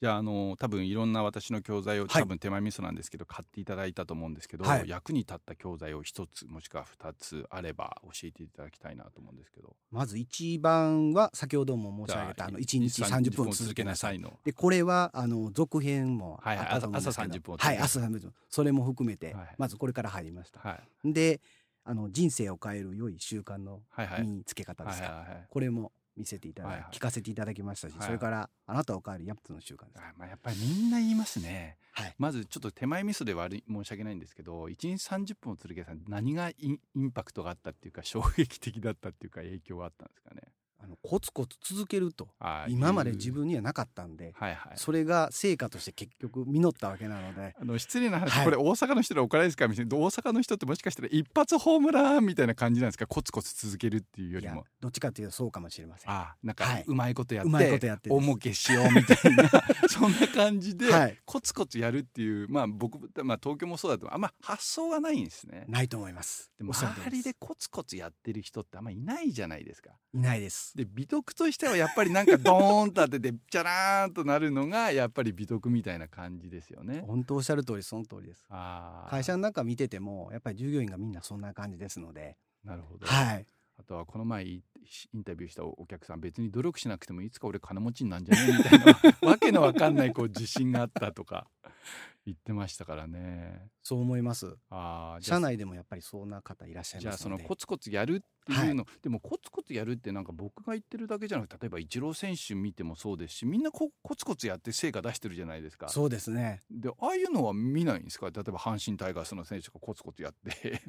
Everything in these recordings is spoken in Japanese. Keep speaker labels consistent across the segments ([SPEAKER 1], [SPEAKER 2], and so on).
[SPEAKER 1] じゃああの多分いろんな私の教材を、
[SPEAKER 2] はい
[SPEAKER 1] 多分手前味噌なんですけど買っていただいたと思うんですけど、
[SPEAKER 2] はい
[SPEAKER 1] 役に立った教材を一つもしくは二つあれば教えていただきたいなと思うんですけど
[SPEAKER 2] まず一番は先ほども申し上げたあの一日三十分続けなさい。
[SPEAKER 1] いの、
[SPEAKER 2] でこれはあの続編もあ
[SPEAKER 1] はいはい
[SPEAKER 2] ったと思うんですけ
[SPEAKER 1] 朝
[SPEAKER 2] ど
[SPEAKER 1] 朝30分を
[SPEAKER 2] はい朝30分それも含めて、
[SPEAKER 1] はい
[SPEAKER 2] まずこれから入りました。
[SPEAKER 1] はい、
[SPEAKER 2] であの人生を変える良い習慣の
[SPEAKER 1] はいはい
[SPEAKER 2] 身につけ方で
[SPEAKER 1] はい
[SPEAKER 2] す
[SPEAKER 1] は
[SPEAKER 2] か、
[SPEAKER 1] いはい
[SPEAKER 2] これも見せていただ、
[SPEAKER 1] はいはい
[SPEAKER 2] 聞かせていただきましたし、
[SPEAKER 1] はいはい
[SPEAKER 2] それからあなたを変える8つの習慣です、
[SPEAKER 1] あまあ、やっぱりみんな言いますね、
[SPEAKER 2] はい
[SPEAKER 1] まずちょっと手前味噌で悪い申し訳ないんですけど1日30分を続けたら何がインインパクトがあったっていうか衝撃的だったっていうか影響があったんですかね
[SPEAKER 2] あのコツコツ続けると
[SPEAKER 1] あー
[SPEAKER 2] 今まで
[SPEAKER 1] いう
[SPEAKER 2] 自分にはなかったんで、
[SPEAKER 1] はいはい
[SPEAKER 2] それが成果として結局実ったわけなので
[SPEAKER 1] あの失礼な話、
[SPEAKER 2] はい
[SPEAKER 1] これ大阪の人でお金ですかみたいな大阪の人ってもしかしたら一発ホームランみたいな感じなんですかコツコツ続けるっていうよ
[SPEAKER 2] い
[SPEAKER 1] り
[SPEAKER 2] や
[SPEAKER 1] も
[SPEAKER 2] どっちかというとそうかもしれません。は
[SPEAKER 1] ああなんか
[SPEAKER 2] はいう
[SPEAKER 1] まいことやっ
[SPEAKER 2] うまいこと
[SPEAKER 1] て
[SPEAKER 2] やってです
[SPEAKER 1] 大儲けしようみたい なそんな感じで、
[SPEAKER 2] い
[SPEAKER 1] コツコツやるっていうまあ僕、まあ、東京もそうだとあんま発想がないんですね。
[SPEAKER 2] ないと思います。
[SPEAKER 1] で
[SPEAKER 2] おっしゃる通
[SPEAKER 1] 周り
[SPEAKER 2] り
[SPEAKER 1] ですコツコツやってる人ってあんまいないじゃないですか。
[SPEAKER 2] いないです。
[SPEAKER 1] で美徳としてはやっぱり なんかドーンと当ててチャラーンとなるのがやっぱり美徳みたいな感じですよね。
[SPEAKER 2] 本当おっしゃる通りその通りです。
[SPEAKER 1] あー
[SPEAKER 2] 会社の中見ててもやっぱり従業員がみんなそんな感じですので、
[SPEAKER 1] なるほど、
[SPEAKER 2] はい。
[SPEAKER 1] あとはこの前いインタビューしたお客さん別に努力しなくてもいつか俺金持ちになんじゃねえみたいなわけのわかんないこう自信があったと か言ってましたからね。
[SPEAKER 2] そう思います。
[SPEAKER 1] あーじゃあ
[SPEAKER 2] 社内でもやっぱりそんな方いらっしゃい
[SPEAKER 1] じゃ
[SPEAKER 2] ま
[SPEAKER 1] あ
[SPEAKER 2] す
[SPEAKER 1] そ
[SPEAKER 2] の
[SPEAKER 1] の
[SPEAKER 2] で。
[SPEAKER 1] コツコツやるっていうの、でもコツコツやるってなんか僕が言ってるだけじゃなくて例えばイチロー選手見てもそうですしみんなこコツコツやって成果出してるじゃないですか
[SPEAKER 2] そうですね。
[SPEAKER 1] でああいうのは見ないんですか例えば阪神タイガースの選手がコツコツやって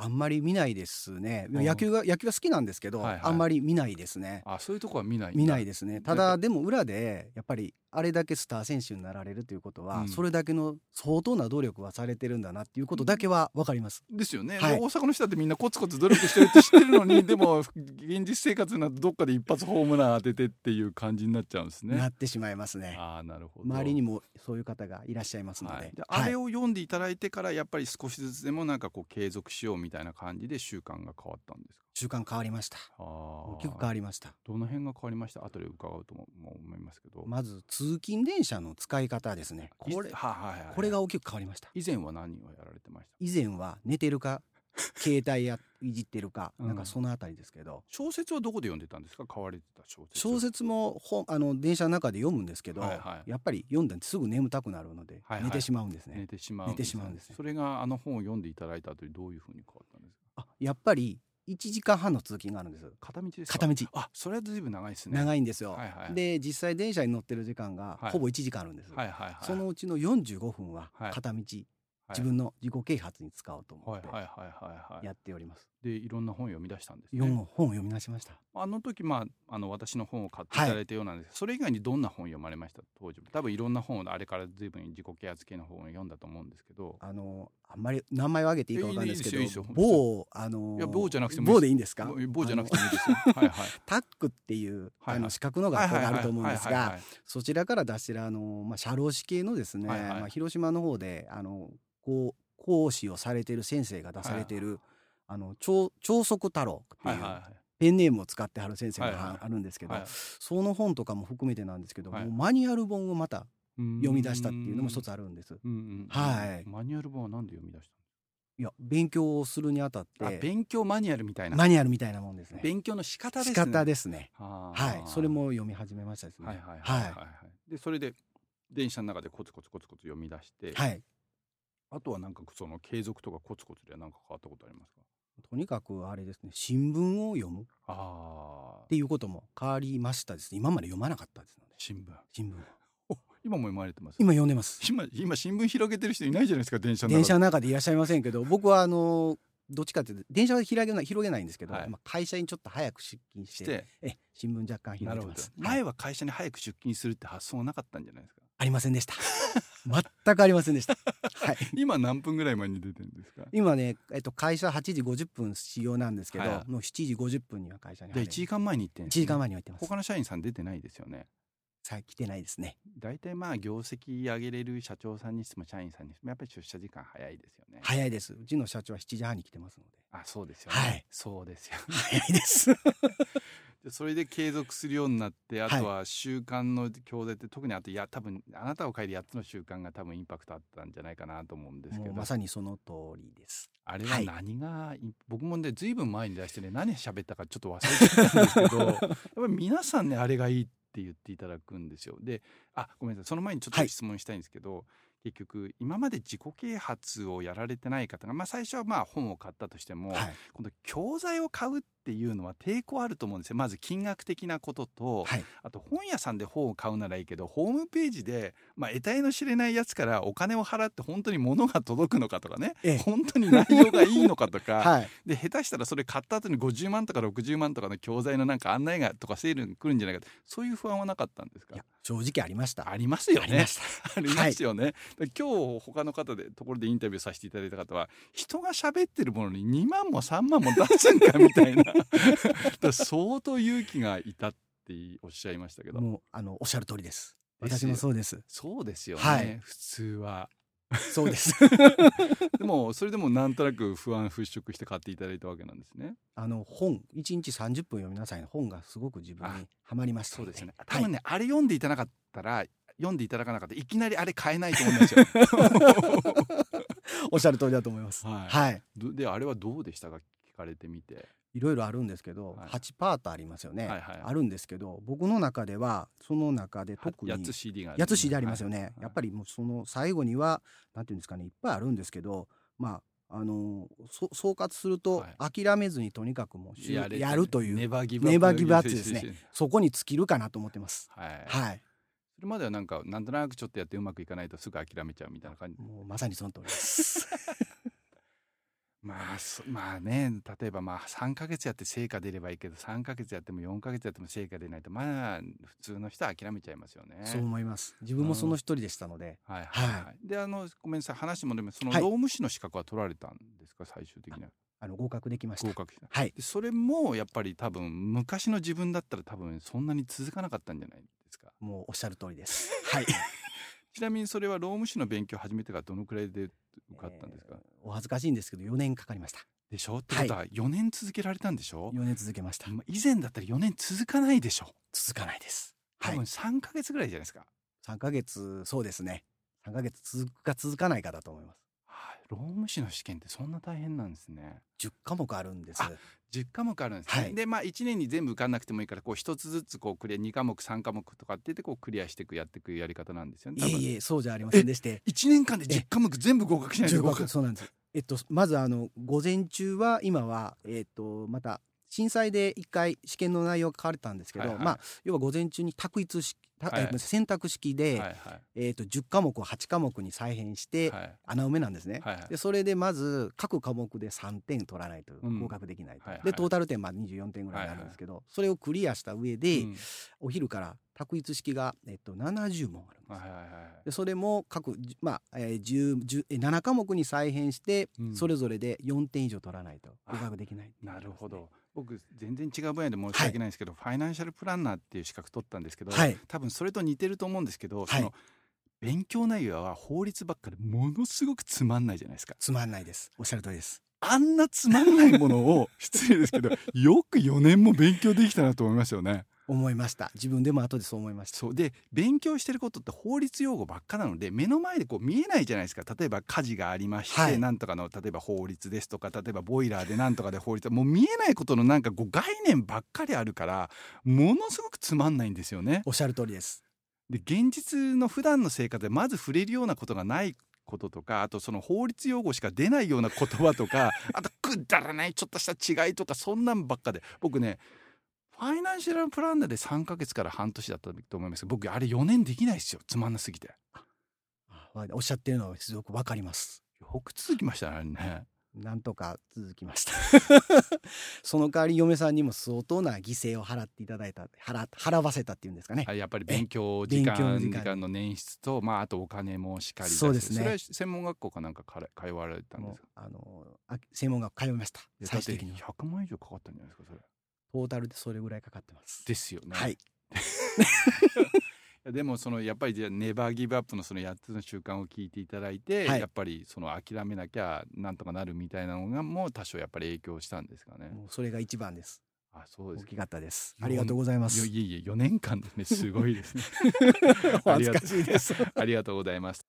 [SPEAKER 2] あんまり見ないですね。
[SPEAKER 1] うん
[SPEAKER 2] 野球が野球が好きなんですけど、
[SPEAKER 1] はいはい
[SPEAKER 2] あんまり見ないですね。
[SPEAKER 1] あそういうとこは見ないんだ
[SPEAKER 2] 見ないですね。た
[SPEAKER 1] なん
[SPEAKER 2] だでも裏でやっぱりあれだけスター選手になられるということは、
[SPEAKER 1] うん
[SPEAKER 2] それだけの相当な努力はされてるんだなっていうことだけはわかります。
[SPEAKER 1] ですよね、
[SPEAKER 2] はい
[SPEAKER 1] で大阪の人だってみんなコツコツ努力してるって知ってるの にでも現実生活になるとどっかで一発ホームラン当ててっていう感じになっちゃうんですね
[SPEAKER 2] な。ってしまいますね。
[SPEAKER 1] ああなるほど
[SPEAKER 2] 周りにもそういう方がいらっしゃいますので。
[SPEAKER 1] はい、で
[SPEAKER 2] はい
[SPEAKER 1] あれを読んでいただいてからやっぱり少しずつでもなんかこう継続しようみたいな感じで習慣が変わったんですか
[SPEAKER 2] 習慣変わりました。
[SPEAKER 1] あ
[SPEAKER 2] 大きく変わりました。
[SPEAKER 1] どの辺が変わりました後で伺うともも思いますけど、
[SPEAKER 2] まず通勤電車の使い方ですね。これ
[SPEAKER 1] いはいはいはい
[SPEAKER 2] これが大きく変わりました。
[SPEAKER 1] 以前は何をやられてました
[SPEAKER 2] 以前は寝て るか携帯やいじってるか、
[SPEAKER 1] うん
[SPEAKER 2] なんかそのあたりですけど。
[SPEAKER 1] 小説はどこで読んでたんですか買われてた小説
[SPEAKER 2] 小説も本あの電車の中で読むんですけど、
[SPEAKER 1] はいはい
[SPEAKER 2] やっぱり読んだらすぐ眠たくなるので、
[SPEAKER 1] はいはい
[SPEAKER 2] 寝てしまうんですね。
[SPEAKER 1] 寝てしまう
[SPEAKER 2] 寝てしまうんですね
[SPEAKER 1] それがあの本を読んでいただいた後にどういうふうに変わったんですか
[SPEAKER 2] あやっぱり1時間半の通勤があるんです。
[SPEAKER 1] 片道ですか
[SPEAKER 2] 片道
[SPEAKER 1] あそれは随分長いですね
[SPEAKER 2] 長
[SPEAKER 1] い
[SPEAKER 2] いんですよ。
[SPEAKER 1] はいはい
[SPEAKER 2] で実際電車に乗ってる時間が
[SPEAKER 1] はい
[SPEAKER 2] ほぼ1時間あるんです。
[SPEAKER 1] はいはいはい
[SPEAKER 2] そのうちの45分は
[SPEAKER 1] はい
[SPEAKER 2] 片道、
[SPEAKER 1] はい
[SPEAKER 2] 自分の自己啓発に使おうと思
[SPEAKER 1] は
[SPEAKER 2] っ
[SPEAKER 1] い
[SPEAKER 2] て
[SPEAKER 1] はいはいはいは
[SPEAKER 2] やっております。
[SPEAKER 1] いでいろんな本を読み出したんです、ね、
[SPEAKER 2] 4本本を読み出しました。
[SPEAKER 1] あの時まああの私の本を買っていただいたようなんです、それ以外にどんな本読まれました当時多分いろんな本をあれから随分自己啓発系の本を読んだと思うんですけど
[SPEAKER 2] あのあんまり名前を挙げていいかわかんないですけど、
[SPEAKER 1] いいですよいいですよ
[SPEAKER 2] 某あの
[SPEAKER 1] いや某じゃなくてもいいです
[SPEAKER 2] 某でいいんですか？
[SPEAKER 1] ぼ棒じゃなくて
[SPEAKER 2] あ
[SPEAKER 1] もいいですよ。はいはい。
[SPEAKER 2] のタックっていう
[SPEAKER 1] はいはい
[SPEAKER 2] あの資格の学校があると思うんです
[SPEAKER 1] はいはい
[SPEAKER 2] が
[SPEAKER 1] はい、
[SPEAKER 2] そちらから出してるあのまあ社労士系のですね、
[SPEAKER 1] はいはい
[SPEAKER 2] まあ広島の方であのこう講師をされてる先生が出されてる、あの超超速太郎ってい
[SPEAKER 1] は
[SPEAKER 2] う
[SPEAKER 1] いは
[SPEAKER 2] ペンネームを使ってはる先生が
[SPEAKER 1] はいはい
[SPEAKER 2] ああるんですけ
[SPEAKER 1] い
[SPEAKER 2] ど、
[SPEAKER 1] はいはい。
[SPEAKER 2] その本とかも含めてなんですけど、
[SPEAKER 1] はい
[SPEAKER 2] もうマニュアル本をまた
[SPEAKER 1] 読
[SPEAKER 2] 読み出したっていうのも一つ。あるんです。
[SPEAKER 1] うんうん。
[SPEAKER 2] はい
[SPEAKER 1] マニュアル本はなんで読み出し
[SPEAKER 2] いや勉強をするにあたった
[SPEAKER 1] の。あ、
[SPEAKER 2] て
[SPEAKER 1] 勉強マニュアルみたいな。
[SPEAKER 2] マニュアルみたいなもんですね。
[SPEAKER 1] 勉強の仕方です
[SPEAKER 2] 仕
[SPEAKER 1] ね。
[SPEAKER 2] 方ですね。
[SPEAKER 1] あー
[SPEAKER 2] はい、それ。も読み始めましたですね。
[SPEAKER 1] はいはいはいはいは。
[SPEAKER 2] はい
[SPEAKER 1] でそれで電車の中でコツコツコツコツ読み出して、
[SPEAKER 2] いはい
[SPEAKER 1] あとはなんかその継続とかコツコツでなんか変わったことありますか。
[SPEAKER 2] とにかくあれですね、新聞を読むっ
[SPEAKER 1] ああ。
[SPEAKER 2] ていうことも変わりましたですね。今まで読まなかったですので、
[SPEAKER 1] 新聞。
[SPEAKER 2] 新聞を。
[SPEAKER 1] お、今も読まれてます。
[SPEAKER 2] 今読ん でます。
[SPEAKER 1] 今今新聞広げてる人いないじゃないですか電車の中で。
[SPEAKER 2] 電車の中でいらっしゃいませんけど、僕はあのどっちかっていうと電車は広げない広げないんですけど、
[SPEAKER 1] はい
[SPEAKER 2] まあ会社にちょっと早く出勤し
[SPEAKER 1] し
[SPEAKER 2] て、
[SPEAKER 1] て。
[SPEAKER 2] え新聞若干
[SPEAKER 1] なる
[SPEAKER 2] 広げて
[SPEAKER 1] ほど
[SPEAKER 2] ます。はい
[SPEAKER 1] 前は会社に早く出勤するって発想はなかったんじゃないですか
[SPEAKER 2] ありませんでした。全くありませんでした。はい。
[SPEAKER 1] 今何分ぐらい前に出てるんですか
[SPEAKER 2] 今ね、えっと会社8時50分使用なんですけど、
[SPEAKER 1] はいはい
[SPEAKER 2] もう7時50分には会社に
[SPEAKER 1] で1
[SPEAKER 2] 入る。
[SPEAKER 1] 時間前に行ってん
[SPEAKER 2] 1
[SPEAKER 1] ですね
[SPEAKER 2] 時間前には行ってます。
[SPEAKER 1] 他の社員さん出てないですよね
[SPEAKER 2] さあ来てないですね。
[SPEAKER 1] 大体まあ業績上げれる社長さんにしても社員さんにしてもやっぱり出社時間早いですよね
[SPEAKER 2] 早いです。うちの社長は7時半に来てますので。
[SPEAKER 1] あそうですよね、
[SPEAKER 2] はい
[SPEAKER 1] そうですよ
[SPEAKER 2] 早いです。
[SPEAKER 1] でそれで継続するようになってあ
[SPEAKER 2] はい
[SPEAKER 1] とは習慣の教材って特にあといや多分あなたを変える8つの習慣が多分インパクトあったんじゃないかなと思うんですけ
[SPEAKER 2] もう
[SPEAKER 1] ど、
[SPEAKER 2] まさにその通りです。
[SPEAKER 1] あれ
[SPEAKER 2] は
[SPEAKER 1] はい何が、い僕もねずいぶん前に出してね何喋ったかちょっと忘れちゃったんですけ どやっぱり皆さんねあれがいいって言っていただくんですよ。であごめんなさいその前にちょっ
[SPEAKER 2] は
[SPEAKER 1] と
[SPEAKER 2] い
[SPEAKER 1] 質問したいんですけど、結局今まで自己啓発をやられてない方が、まあ、最初はまあ本を買ったとしても、
[SPEAKER 2] はい、
[SPEAKER 1] この教材を買うっていうのは抵抗あると思うんですよまず金額的なことと、
[SPEAKER 2] はい、
[SPEAKER 1] あと本屋さんで本を買うならいいけどホームページで、まあ、得体の知れないやつからお金を払って本当に物が届くのかとかね、
[SPEAKER 2] ええ
[SPEAKER 1] 本当に内容がいいのかとか、
[SPEAKER 2] はい、
[SPEAKER 1] で下手したらそれ買った後に50万とか60万とかの教材のなんか案内がとかセールに来るんじゃないかとそういう不安はなかったんですか
[SPEAKER 2] いや正直ありました。
[SPEAKER 1] ありますよ
[SPEAKER 2] あり
[SPEAKER 1] ね
[SPEAKER 2] ま。した。
[SPEAKER 1] ありますよね。で今日他の方でところでインタビューさせていただいた方は人が喋ってるものに2万も3万も出すんかみた いなだから相当勇気がいたっておっしゃいましたけど
[SPEAKER 2] もうあのおっしゃる通りです。
[SPEAKER 1] です
[SPEAKER 2] 私
[SPEAKER 1] よ
[SPEAKER 2] もそうです。
[SPEAKER 1] そうですよね、
[SPEAKER 2] はい
[SPEAKER 1] 普通は。
[SPEAKER 2] そ うです。
[SPEAKER 1] でもそれでもなんとなく不安払拭して買っていただいたわけなんですね。
[SPEAKER 2] あの本一日三十分読みなさいの本がすごく自分にはまりました
[SPEAKER 1] そうですよね。
[SPEAKER 2] は
[SPEAKER 1] 多
[SPEAKER 2] い
[SPEAKER 1] 分ね、あれ読んでいただかなかったら読んでいただかなかったらいきなりあれ買えないと思うんです よ。
[SPEAKER 2] おっしゃる通りだと思います。
[SPEAKER 1] はい
[SPEAKER 2] はい。
[SPEAKER 1] どであれはどうでしたか聞かれてみて。
[SPEAKER 2] いろいろあるんですけど、
[SPEAKER 1] はい
[SPEAKER 2] 八パートありますよね。
[SPEAKER 1] はいはい
[SPEAKER 2] あるんですけど、僕の中ではその中で特に
[SPEAKER 1] 8つ CD が
[SPEAKER 2] 八つ詩でありますよね、
[SPEAKER 1] はい
[SPEAKER 2] やっぱりもうその最後にはなんていうんですかねいっぱいあるんですけどまああのそ総括すると、
[SPEAKER 1] は
[SPEAKER 2] 諦めずにとにかくもうし
[SPEAKER 1] や
[SPEAKER 2] や
[SPEAKER 1] れて
[SPEAKER 2] るという、
[SPEAKER 1] ネバーギ
[SPEAKER 2] ネバーギブアップですね
[SPEAKER 1] そうそう
[SPEAKER 2] そこに尽きるかなと思ってます。
[SPEAKER 1] そう はい、
[SPEAKER 2] はい、
[SPEAKER 1] それまではなんかなんとなくちょっとやってうまくいかないとすぐ諦めちゃうみたいな感じ
[SPEAKER 2] もうまさにその通りです。
[SPEAKER 1] まあそまあね例えばまあ3ヶ月やって成果出ればいいけど3ヶ月やっても4ヶ月やっても成果出ないとまあ普通の人は諦めちゃいますよ ね。
[SPEAKER 2] そう思います。自分もその一人でしたので、
[SPEAKER 1] はいはい、はい
[SPEAKER 2] は
[SPEAKER 1] であのごめんなさい話もでもその
[SPEAKER 2] はい
[SPEAKER 1] 労務士の資格は取られたんですか最終的には
[SPEAKER 2] あの合格できまし
[SPEAKER 1] 合
[SPEAKER 2] た。
[SPEAKER 1] 格した。
[SPEAKER 2] はい、
[SPEAKER 1] でそれもやっぱり多分昔の自分だったら多分そんなに続かなかったんじゃないですか。
[SPEAKER 2] もうおっしゃる通りです。はい。
[SPEAKER 1] ちなみにそれは労務士の勉強を始めてからどのくらいで受かったんですか、
[SPEAKER 2] えーお恥ずかしいんですけど、四年かかりました。
[SPEAKER 1] でしょってことは4年続けられたんでしょ、
[SPEAKER 2] 四年続けました。
[SPEAKER 1] まあ以前だったら4年続かないでしょ
[SPEAKER 2] 続かないです。
[SPEAKER 1] 多
[SPEAKER 2] はい
[SPEAKER 1] 分。3ヶ月ぐらいじゃないですか、
[SPEAKER 2] 三ヶ月、そうですね。三ヶ月続くか続かないかだと思います。
[SPEAKER 1] はい労務士の試験ってそんな大変なんですね
[SPEAKER 2] 10科目あるんです。
[SPEAKER 1] あ10科目あるんですね、
[SPEAKER 2] はい
[SPEAKER 1] でまあ1年に全部受かんなくてもいいからこう1つずつこうクリア2科目3科目とかって言ってこうクリアしていくやっていくやり方なんですよね
[SPEAKER 2] いえいえ、そうじゃありませんでして。
[SPEAKER 1] 1年間で10科目全部合格しないと
[SPEAKER 2] 10
[SPEAKER 1] 合
[SPEAKER 2] 科目、
[SPEAKER 1] 格
[SPEAKER 2] そうなんです。えっと、まず、あの、午前中は、今は、えっと、また。震災で一回試験の内容が変われたんですけど、
[SPEAKER 1] はいはい
[SPEAKER 2] まあ要は午前中に択一式、た
[SPEAKER 1] はい
[SPEAKER 2] えごめんなさい選択式で、
[SPEAKER 1] はいは
[SPEAKER 2] えっと10科目を8科目に再編し
[SPEAKER 1] い
[SPEAKER 2] て、
[SPEAKER 1] はい
[SPEAKER 2] 穴埋めなんですね。
[SPEAKER 1] はいはい
[SPEAKER 2] でそれでまず各科目で3点取らないと
[SPEAKER 1] うん
[SPEAKER 2] 合格できないと、
[SPEAKER 1] はいはい
[SPEAKER 2] でトータル点まあ24点ぐらいになるんですけど、それをクリアした上で、
[SPEAKER 1] うん
[SPEAKER 2] お昼から択一式が、えっと、70問あるんです、
[SPEAKER 1] はいはいはい
[SPEAKER 2] でそれも各、じまあえー、10 10えー7科目に再編して、
[SPEAKER 1] うん
[SPEAKER 2] それぞれで4点以上取らないと
[SPEAKER 1] あ
[SPEAKER 2] 合格できないっていう
[SPEAKER 1] なるほ
[SPEAKER 2] こ
[SPEAKER 1] ど。僕全然違う分野で申し訳ないんですけど、ファイナンシャルプランナーっていう資格取ったんですけど、
[SPEAKER 2] とですね。はい、
[SPEAKER 1] 多分それと似てると思うんですけど、
[SPEAKER 2] はい
[SPEAKER 1] その勉強内容は法律ばっかでものすごくつまんないじゃないですか。
[SPEAKER 2] つまんないです。おっしゃる通りです。
[SPEAKER 1] あんなつまんないもの を失礼ですけど、よく4年も勉強できたなと思いますよね。
[SPEAKER 2] 思いました。自分でも後でそう思いました。
[SPEAKER 1] そうで勉強してることって法律用語ばっかなので目の前でこう見えないじゃないですか例えば火事がありまして、
[SPEAKER 2] はい
[SPEAKER 1] なんとかの例えば法律ですとか例えばボイラーでなんとかで法律もう見えないことのなんかこう概念ばっかりあるからものすごくつまんないんですよね。
[SPEAKER 2] おっしゃる通りです。
[SPEAKER 1] で現実の普段の生活でまず触れるようなことがないこととかあとその法律用語しか出ないような言葉と かあとくだらないちょっとした違いとかそんなんばっかで僕ねファイナンシャルプランナーで3ヶ月から半年だったと思いますけど僕あれ4年できないですよつまんなすぎて
[SPEAKER 2] あおっしゃってるのはすごくわかります。
[SPEAKER 1] よく続きましたねあれね
[SPEAKER 2] なんとか続きました その代わり嫁さんにも相当な犠牲を払っていただいた払払わせたっていうんですかね、
[SPEAKER 1] あやっぱり勉強時間
[SPEAKER 2] 勉強の時
[SPEAKER 1] 時
[SPEAKER 2] 間
[SPEAKER 1] 間の捻出と、まあ、あとお金もしっかりだし
[SPEAKER 2] そうですね
[SPEAKER 1] それは専門学校かなんかから通われたんで
[SPEAKER 2] も
[SPEAKER 1] すか
[SPEAKER 2] うあのあ専門学校通いました
[SPEAKER 1] いやだ
[SPEAKER 2] 最
[SPEAKER 1] って
[SPEAKER 2] 終的には
[SPEAKER 1] 100万以上かかったんじゃないですかそれ
[SPEAKER 2] トータルでそれぐらいかかってます
[SPEAKER 1] ですよね
[SPEAKER 2] はい
[SPEAKER 1] いやでもそのやっぱりじゃあネバーギブアップのその8つの習慣を聞いていただいて、
[SPEAKER 2] はい
[SPEAKER 1] やっぱりその諦めなきゃなんとかなるみたいなのがもう多少やっぱり影響したんですかね。
[SPEAKER 2] もうそれが一番です
[SPEAKER 1] あそうで
[SPEAKER 2] 大
[SPEAKER 1] すか
[SPEAKER 2] きかったです
[SPEAKER 1] よん
[SPEAKER 2] ありがとうございま
[SPEAKER 1] いや
[SPEAKER 2] す
[SPEAKER 1] いえいえ4年間ですねすごいですね
[SPEAKER 2] お恥ずかしいです
[SPEAKER 1] ありがとうございます